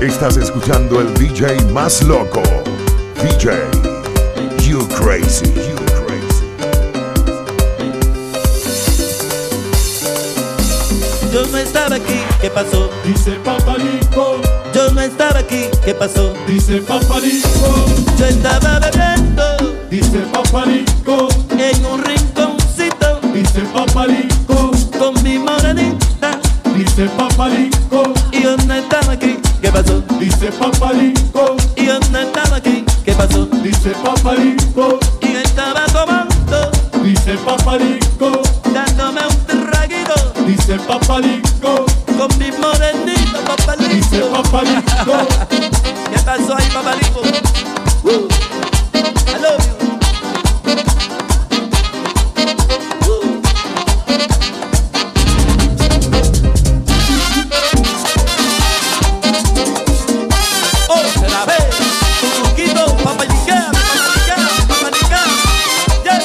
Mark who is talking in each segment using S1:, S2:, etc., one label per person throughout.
S1: Estás escuchando el DJ más loco. DJ, you crazy, you crazy.
S2: Yo no estaba aquí, ¿qué pasó?
S3: Dice papalico,
S2: Yo no estaba aquí, ¿qué pasó?
S3: dice papalico,
S2: Yo estaba bebiendo
S3: dice papalico,
S2: en un rinconcito
S3: dice papalico,
S2: con mi morenita.
S3: dice papalico,
S2: Y yo no estaba aquí, ¿qué pasó?
S3: dice papalico,
S2: Y yo no estaba aquí, ¿qué pasó?
S3: dice papalico,
S2: Y yo estaba tomando,
S3: dice papalico,
S2: dándome un traguito
S3: dice papalico,
S2: con mi morenita,
S3: dice
S2: papalito.
S3: papalico,
S2: ¿Qué pasó ahí, papalito? Uh, I love you. Uh. Oh, Otra vez, un poquito, papaliquea, papaliquea, papaliquea, yeah.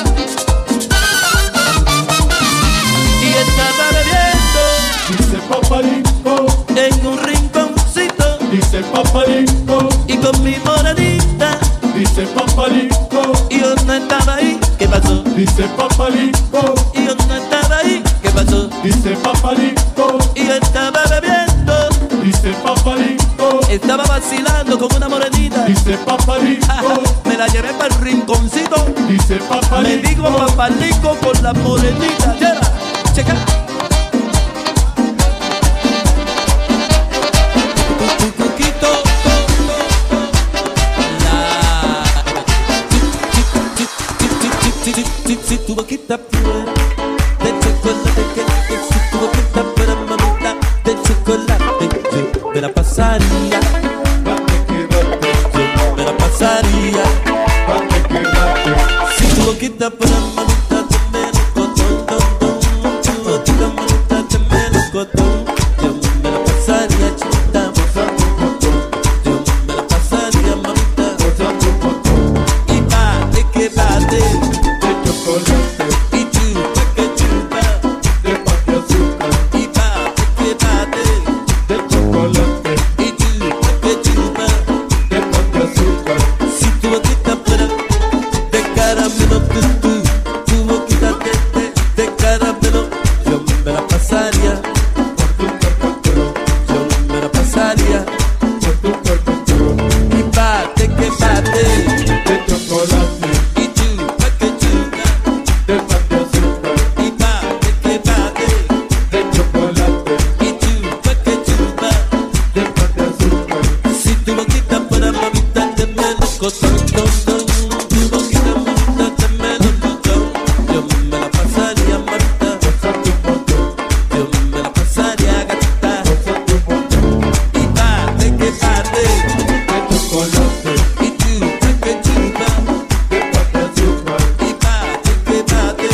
S2: Y estaba bebiendo
S3: dice papalico,
S2: en un rinconcito
S3: dice papalico,
S2: y con mi morenita
S3: dice papalico,
S2: y yo no estaba ahí. ¿Qué pasó?
S3: dice papalico,
S2: Y yo no estaba ahí. ¿Qué pasó?
S3: dice papalico,
S2: Y yo estaba bebiendo,
S3: dice papalico,
S2: estaba vacilando con una morenita.
S3: dice papalico.
S2: Me la llevé para el rinconcito.
S3: Dice
S2: Me digo
S3: papalico,
S2: papalico con la morenita. Chera, checa. Cucuquito, to, to, to, la. Si, si, si, si, si, si, si tu boquita fuera de chocolate, que, que si tu boquita fuera mamita de chocolate, yo me la pasaría,
S3: date que date,
S2: yo me la pasaría.
S3: date que date,
S2: Si tu boquita fuera manita, yo me loco, ton, ton, ton. Tu boquita manita, yo me loco, ton. Yo me la pasaría chiquita,
S3: goza tu botón,
S2: yo me la pasaría mamita.
S3: goza tu botón,
S2: Y bate que bate,
S3: de chocolate,
S2: y chupa que chupa.
S3: de papi azúcar,
S2: Y bate que bate,
S3: de chocolate,
S2: y chupa que chupa.
S3: de papi azúcar,
S2: Si tu boquita fuera de caramelo, tú, tú. Tu boquita de, de, de caramelo, yo me la pasaría.
S3: por tu cuerpo entero,
S2: Yo me la pasaría
S3: por tu cuerpo entero,
S2: y bate que bate
S3: de chocolate,
S2: y chupa que chupa
S3: de papi azúcar,
S2: y bate que bate
S3: de chocolate,
S2: y chupa que chupa
S3: de papi azúcar,
S2: si tu boquita fuera mamita te me lo cotón ton, ton. tu boquita mamita te me lo cotón yo me la pasaría mamita
S3: goza tu botón,
S2: yo me la pasaría gatita
S3: goza tu botón,
S2: y bate que bate
S3: de chocolate,
S2: y chupa que chupa
S3: de papi azúcar,
S2: y bate que bate
S3: de chocolate,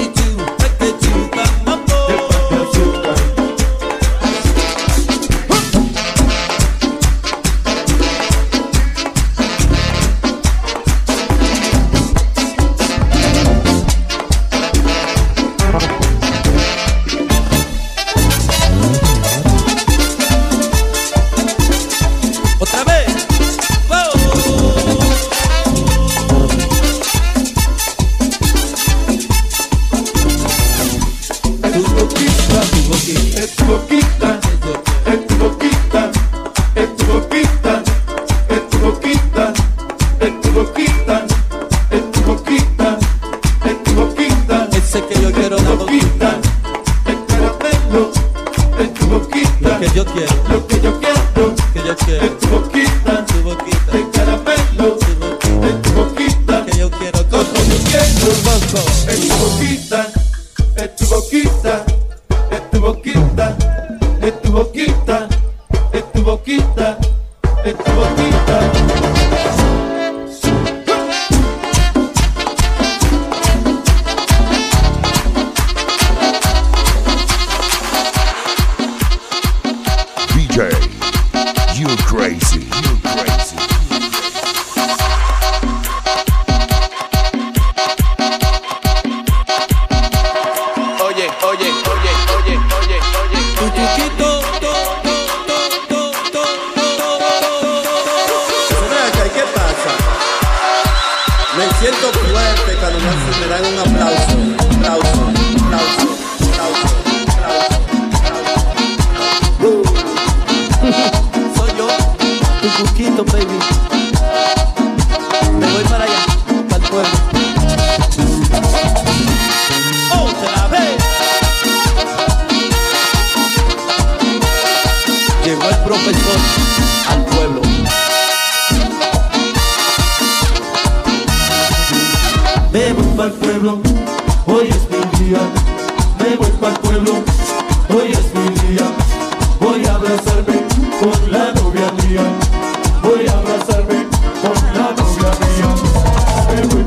S2: Y chupa que chupa, mambo.
S3: de papi azúcar,
S2: Otra vez. Wow.
S3: es tu boquita,
S2: Tu boquita,
S3: es tu boquita.
S2: yo-
S3: Es tu boquita, es tu boquita, es tu boquita, es tu boquita, es tu boquita, es tu boquita,
S2: Ese que yo quiero, la
S3: tu
S2: boquita.
S3: boquita, es caramelo, es tu
S2: Lo
S3: boquita,
S2: que yo quiero,
S3: lo que yo quiero,
S2: que yo quiero.
S3: es tu boquita,
S2: Tu boquita,
S3: es caramelo,
S2: tu boquita.
S3: es tu boquita,
S2: Que yo quiero
S3: lo
S2: con
S3: que yo quiero,
S2: poco.
S3: es tu boquita, es tu boquita, es tu boquita, es tu boquita, es tu boquita, es tu boquita.
S1: DJ, you crazy, you crazy.
S4: Oye, oye, oye, oye, oye, oye.
S2: Tu chiquito, to, to, to.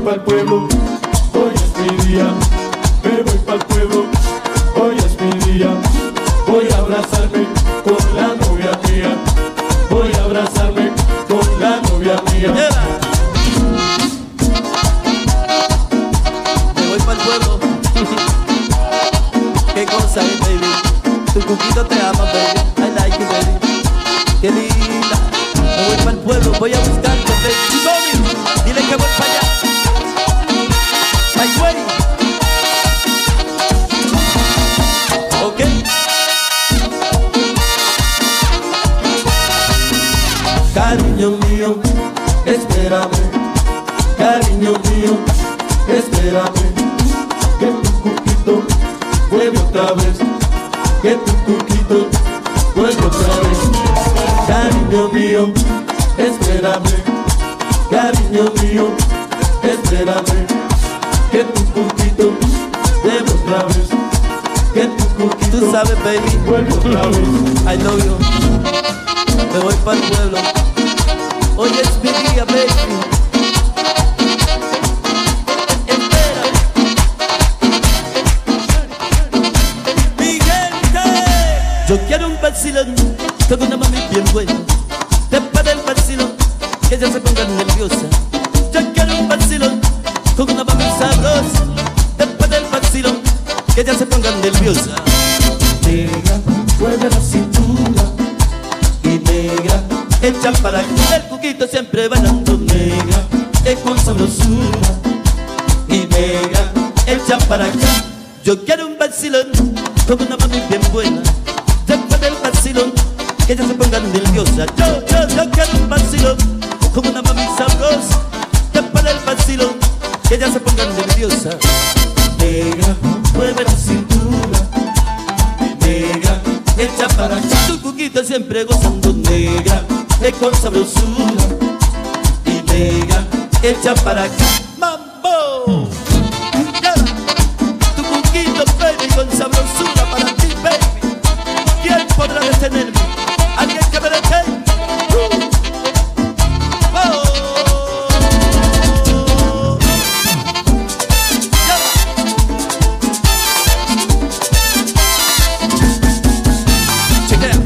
S3: pa'l pueblo, hoy es mi día. Me voy pa'l pueblo, hoy es mi día. Voy a abrazarme con la novia mía. Voy a abrazarme con la novia mía.
S2: Me voy para el pueblo. Qué cosa, eh, baby. Tu cuquito te ama, baby. I like you, baby. Qué linda. Me voy para el pueblo, voy a buscarte, baby. Tommy, dile que voy para allá. Ay, güey. Ok.
S3: Cariño mío, espérame. Cariño mío, espérame. Que tu cuquito vuelve otra vez. Que tu cuquito vuelve otra vez. Cariño mío, espérame. Cariño mío, espérame. Que tu cuquito vuelve otra vez. Que tu
S2: Tú
S3: cuquito
S2: sabes, baby.
S3: vuelve otra vez.
S2: I know you. Me voy para el pueblo. Hoy es mi día, baby. Espera. Mi gente. Yo quiero un vacilón con una mami bien buena. Después del vacilón, que ella se ponga nerviosa. Yo quiero un vacilón con una mami sabrosa. Después del vacilón, que ella se ponga nerviosa.
S3: Negra, mueve la cintura y negra,
S2: Hecha para que el cuquito siempre bailando negra
S3: negra, es con sabrosura y negra,
S2: Hecha para acá Yo quiero un vacilón Con una mami bien buena Después del vacilón Que ella se ponga nerviosa Yo, yo, yo quiero un vacilón Con una mami sabrosa Después del vacilón Que ella se ponga nerviosa
S3: negra, mueve la cintura y negra,
S2: Hecha para acá Tu cuquito siempre gozando negra Es con sabrosura
S3: y negra,
S2: hecha para acá. Mambo, Ya. tu cuquito, baby, con sabrosura para ti, baby. ¿Quién podrá detenerme? ¿Alguien que me detenga? Uh. Oh. Ya. Chequea.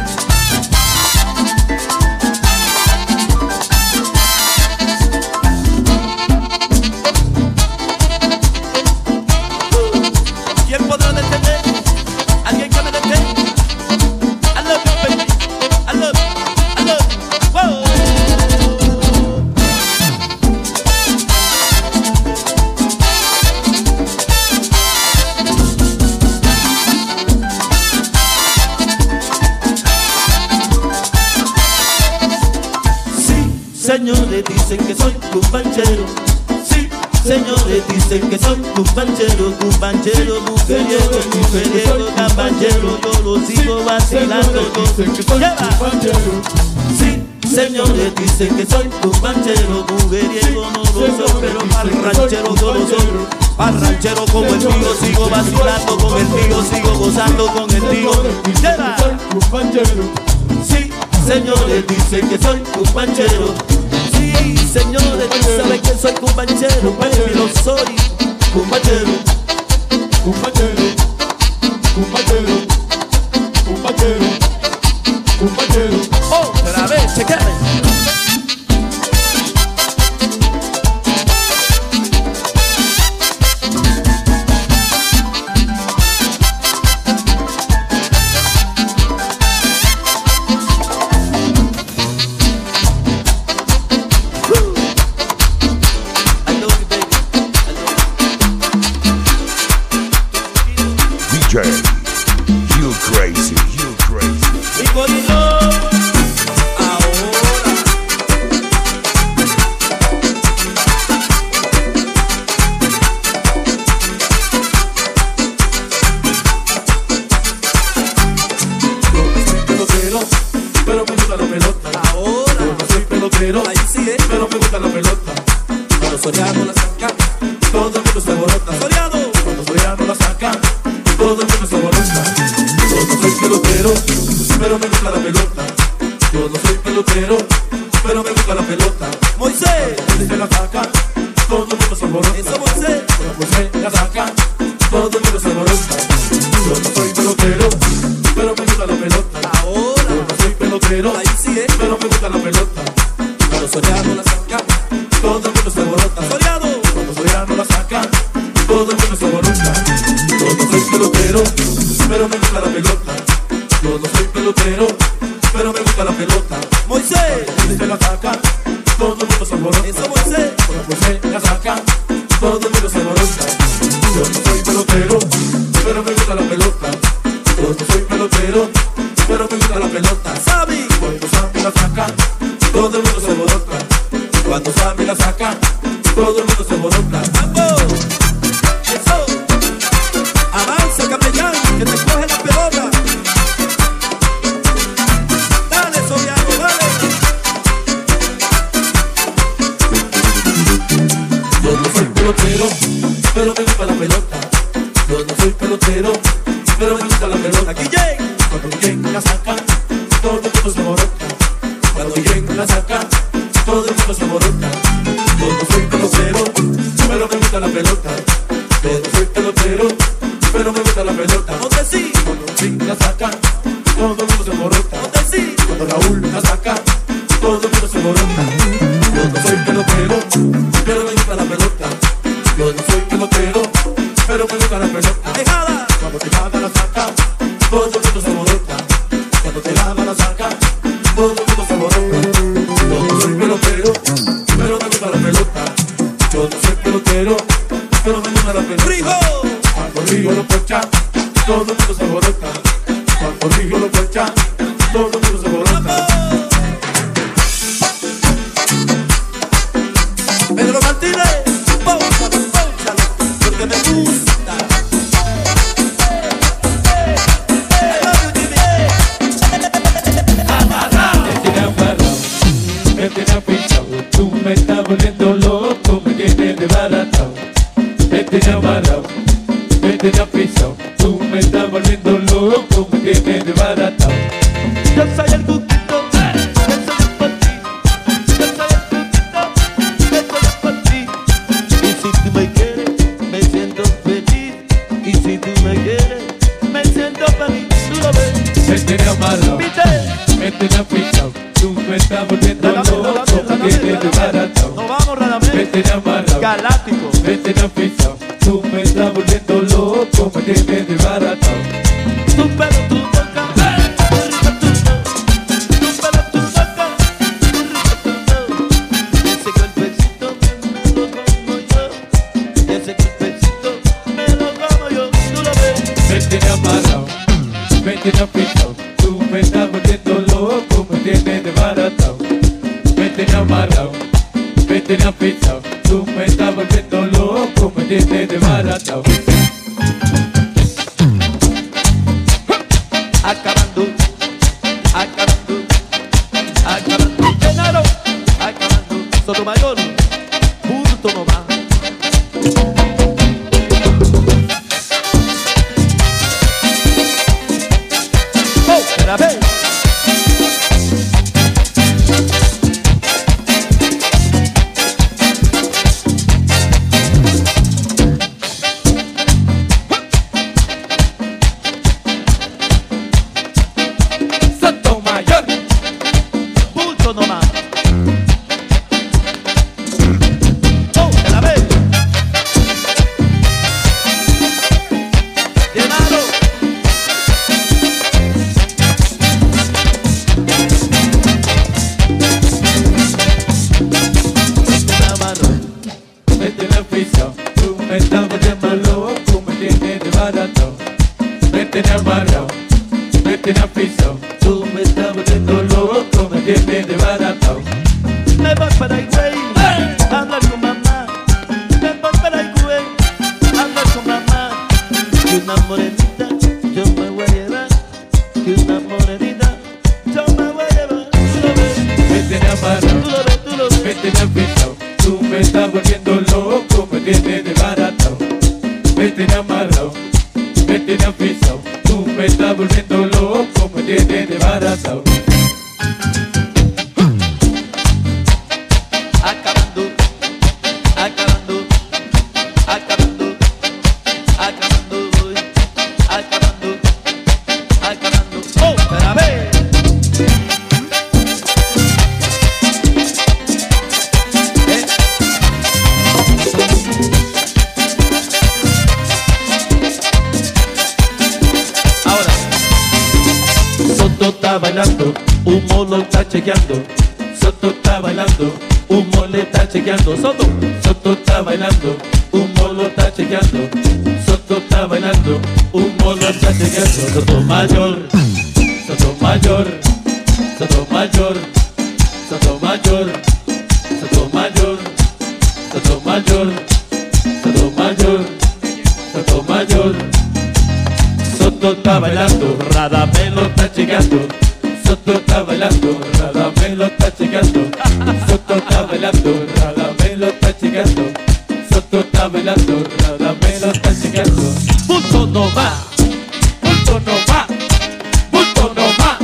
S2: ¿Quién podrá detener? ¿Alguien que me detenga? I love you, baby. I love you. I love you. Wow. Sí, señores dicen que soy cumbanchero. Sí, señores dicen que soy cumbanchero, cumbanchero, mujeriego, mujeriego, caballero. Yo lo sigo vacilando.
S3: señores dicen que soy
S2: Lleva.
S3: tu banchero,
S2: Sí, señores dicen que soy cumbanchero, mujeriego, no lo soy, pero parranchero yo lo soy. Parranchero como el tío, sigo vacilando con el tío, sigo gozando con el tío.
S3: señores dicen
S2: Lleva.
S3: que soy tu banchero,
S2: Sí, señores dicen que soy cumbanchero. Sí, señores saben que soy cumbanchero, baby, lo soy. Cumbanchero,
S3: tu banchero, tu banchero, tu banchero, tu banchero.
S2: otra vez, checame. I love you, baby. I love you.
S1: DJ, you crazy, you crazy.
S2: Mi corillo, ahora.
S3: Yo no soy pelotero, pero me gusta la pelota.
S2: Ahora.
S3: Yo no soy pelotero,
S2: Ahí sí, eh.
S3: pero me gusta la pelota. Cuando Soriano la saca, todo el mundo se borota.
S2: Soriano.
S3: Cuando Soriano la saca, todo el mundo se borota. Yo no soy pelotero, pero me gusta la pelota. Yo no soy pelotero, pero me gusta la pelota.
S2: Moisés.
S3: Cuando se la saca, todo el mundo se
S5: se alborota.
S6: Eso vos sé.
S5: La puse, la saca, todo el mundo se alborota. Yo no soy pelotero, pero me gusta la pelota. Yo
S6: Ahora,
S5: no soy pelotero,
S6: ahí
S2: ¿eh?
S6: sí es.
S5: pero me gusta la pelota.
S6: Cuando soñado la saca.
S5: Todo el mundo se alborota.
S6: Soñado.
S5: Cuando soy no la saca, todo el mundo se alborota. Yo no soy pelotero, pero me gusta la pelota. Yo no soy pelotero, pero me gusta la pelota.
S6: Moisés.
S5: Desde la saca, todo el mundo se alborota.
S6: Eso Moisés.
S5: Con la puse, la saca, todo el mundo se alborota. Yo no soy pelotero, pero me gusta la pelota. Yo no soy pelotero, pero me gusta la pelota.
S6: Sabi.
S5: Cuando Sammy la saca, todo el mundo se alborota. Cuando Sammy la saca, todo el mundo se alborota.
S6: Mambo. Eso. Avanza, capellán, que te coge la pelota. Dale, Soriano, dale.
S5: Yo no soy pelotero, pero me gusta la pelota. Yo no soy pelotero, pero me gusta la pelota.
S6: Aquí llega.
S5: Cuando Guillén la saca, todo el mundo se alborota. Cuando Guillén la saca, todo el mundo se alborota. Yo no soy pelotero, pero me gusta la pelota. Yo no soy pelotero, pero me gusta la pelota.
S6: Ponte sí,
S5: Cuando Guillén la saca, todo el mundo se alborota.
S6: ponte sí.
S5: Cuando Raúl la saca, todo el mundo se alborota. Yo no soy pelotero, pero me gusta la pelota. Yo no soy pelotero, pero me gusta la pelota. Eh,
S6: Tejada.
S5: Cuando te lava la saca, todo el mundo se alborota. Cuando te lava la saca, todo el mundo se alborota. Yo no soy pelotero, pero me gusta la pelota. Yo no soy pelotero, pero me gusta la pelota.
S6: Frigo.
S5: Cuando Río lo pocha, todo el mundo se alborota. Cuando Río lo pocha, todo el mundo se alborota.
S6: Pedro Martínez, pónchalo, pónchalo, porque me gusta. Ay, Mario Jimmy,
S5: Me tiene amarrado, me tiene afichado, tú me estás volviendo loco, me tienes desbaratado. Me tiene amarrado, me tiene afichado, tú me estás volviendo loco, me tienes desbaratado. Yo soy el cuquito, yo soy por ti, yo soy el cuquito, yo soy por ti.
S2: Y si tú me quieres, me siento feliz. Y si tú me quieres, me siento feliz. Tú lo ves,
S5: Me tiene amarrado,
S2: viste.
S5: me tiene afichado, tú me estás volviendo
S2: Radamel,
S5: loco, me
S2: Radamel,
S3: este
S5: tienes
S2: Radamel, Radamel.
S5: desbaratado.
S2: Nos vamos,
S5: Me
S2: Radamel.
S5: tiene amarrado.
S2: Galáctico.
S5: Vete no pisa, tú me estás volviendo loco, me tienes desbaratado.
S2: Tu pelo, tu boca. tu rico, tu no. Tu pelo, tu boca. tu rico, tu no. Ese golpecito me lo como yo. Ese golpecito me lo como yo. Tú lo ves.
S5: Me tienes amarrado, me tienes pisado, tú me estás volviendo loco, me tienes desbaratado. Me tienes amarrado, me tienes pisado, tú me estás volviendo loco, me tienes desbaratado.
S2: acabando, acabando, acabando. Llenaro, acabando. Sotomayor, punto nomás. Oh, la vez.
S5: Santo Mayor,
S2: Punto nomás. Oh, te la vez. Llenaro. Navarro.
S5: me tienes pisado, tú me estás volviendo loco, me tienes desbaratado. Me tienes amarrado, me tienes pisado, tú me estás volviendo loco, me tienes desbaratado.
S2: Me voy para Higüey a hablar con mamá. Me voy para Higüey a hablar con mamá. Que una morenita yo me voy a llevar. Que una morenita yo me voy a llevar. Tú lo ves,
S5: Me tienes amarrado.
S2: tú lo ves, tú lo
S5: Me
S2: ves.
S5: tienes pisado, tú me estás volviendo loco, me tienes desbaratado. Me tienes amarrado, me tienes pisado, tú me estás volviendo loco, me tienes desbaratado.
S2: Acabando, acabando, Oh, Eh.
S3: está bailando, humo lo está chequeando. Soto está bailando, humo le está chequeando. Soto, Soto está bailando, humo lo está chequeando. Soto está bailando, humo lo está chequeando. Soto mayor, Soto mayor, Soto mayor, Soto mayor, Soto mayor, Soto mayor, Soto mayor, Soto mayor. Soto está bailando, Radamelo está llegando. Soto está bailando, Radamelo está llegando. Soto está bailando, Radamelo está llegando. Soto está bailando, Radamelo está llegando. Punto no va, punto no va, punto no va,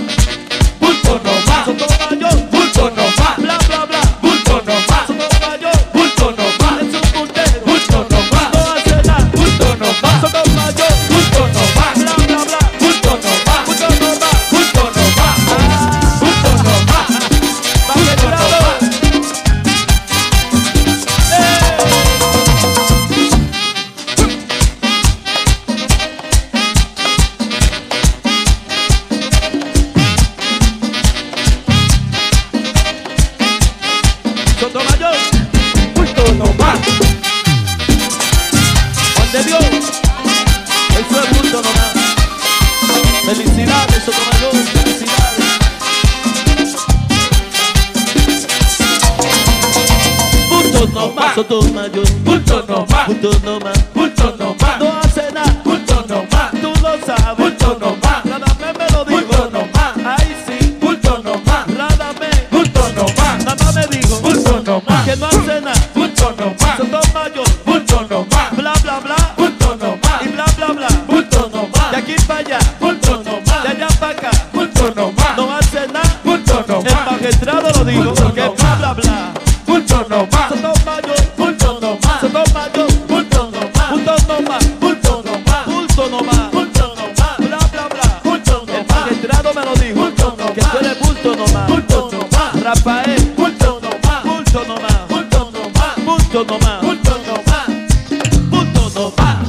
S3: punto no va,
S2: Soto mayor,
S3: punto no va,
S2: bla bla bla.
S3: punto no va,
S2: Soto mayor,
S3: punto no va,
S2: es un puntero.
S3: punto no
S2: No
S3: va,
S2: hace nada.
S3: punto no va,
S2: Soto mayor,
S3: punto no va.
S2: bla bla bla.
S3: Punto no va,
S2: Mucho no va.
S3: punto no va, punto no va, punto no va.
S2: Soto mayor,
S3: Punto no va,
S2: Juan de Dios. Eso es punto nomás. Felicidades, Soto mayor, felicidades.
S3: punto no va,
S2: Soto mayor,
S3: punto no va,
S2: punto nomás.
S3: punto no va,
S2: No hace nada.
S3: punto no va,
S2: Tú lo sabes.
S3: Punto nomás.
S2: Radamé me lo dijo.
S3: Punto nomás.
S2: Ahí sí.
S3: punto no va,
S2: Radamé.
S3: punto no va,
S2: Mamá me dijo.
S3: Punto nomás.
S2: Que no hace nada.
S3: punto no va,
S2: Soto mayor.
S3: punto no va,
S2: Bla bla bla.
S3: punto no va,
S2: Y bla bla bla.
S3: punto no
S2: De
S3: va,
S2: aquí para allá.
S3: punto no
S2: De
S3: va,
S2: allá para acá.
S3: punto no va,
S2: No hace nada.
S3: punto no
S2: El
S3: va,
S2: magistrado lo dijo.
S3: Punto
S2: Que bla
S3: nomás.
S2: bla bla.
S3: punto no va,
S2: Soto mayor.
S3: punto no va,
S2: Soto mayor.
S3: punto no va,
S2: Punto nomás.
S3: punto no va,
S2: Punto nomás.
S3: punto no va.
S2: Bla bla bla. El
S3: Punto nomás,
S2: magistrado me lo dijo.
S3: Punto nomás.
S2: Que tú eres punto nomás.
S3: punto nomás,
S2: Rafael.
S3: punto nomás,
S2: Punto nomás.
S3: punto nomás,
S2: Punto nomás.
S3: punto nomás,
S2: Punto nomás.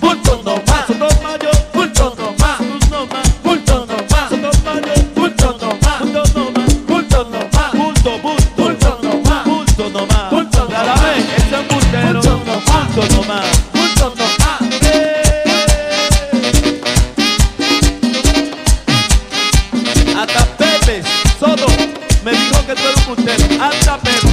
S3: punto nomás,
S2: Soto mayor.
S3: punto nomás,
S2: Punto nomás.
S3: punto nomás,
S2: Soto mayor.
S3: punto nomás,
S2: Punto nomás.
S3: punto nomás,
S2: Punto, punto.
S3: punto nomás,
S2: Punto nomás.
S3: Punto nomás.
S2: Cada vez ese puntero.
S3: Punto nomás.
S2: Punto nomás.
S3: punto nomás.
S2: Hasta Pepe Soto me dijo que tú eres un puntero. Hasta Pepe.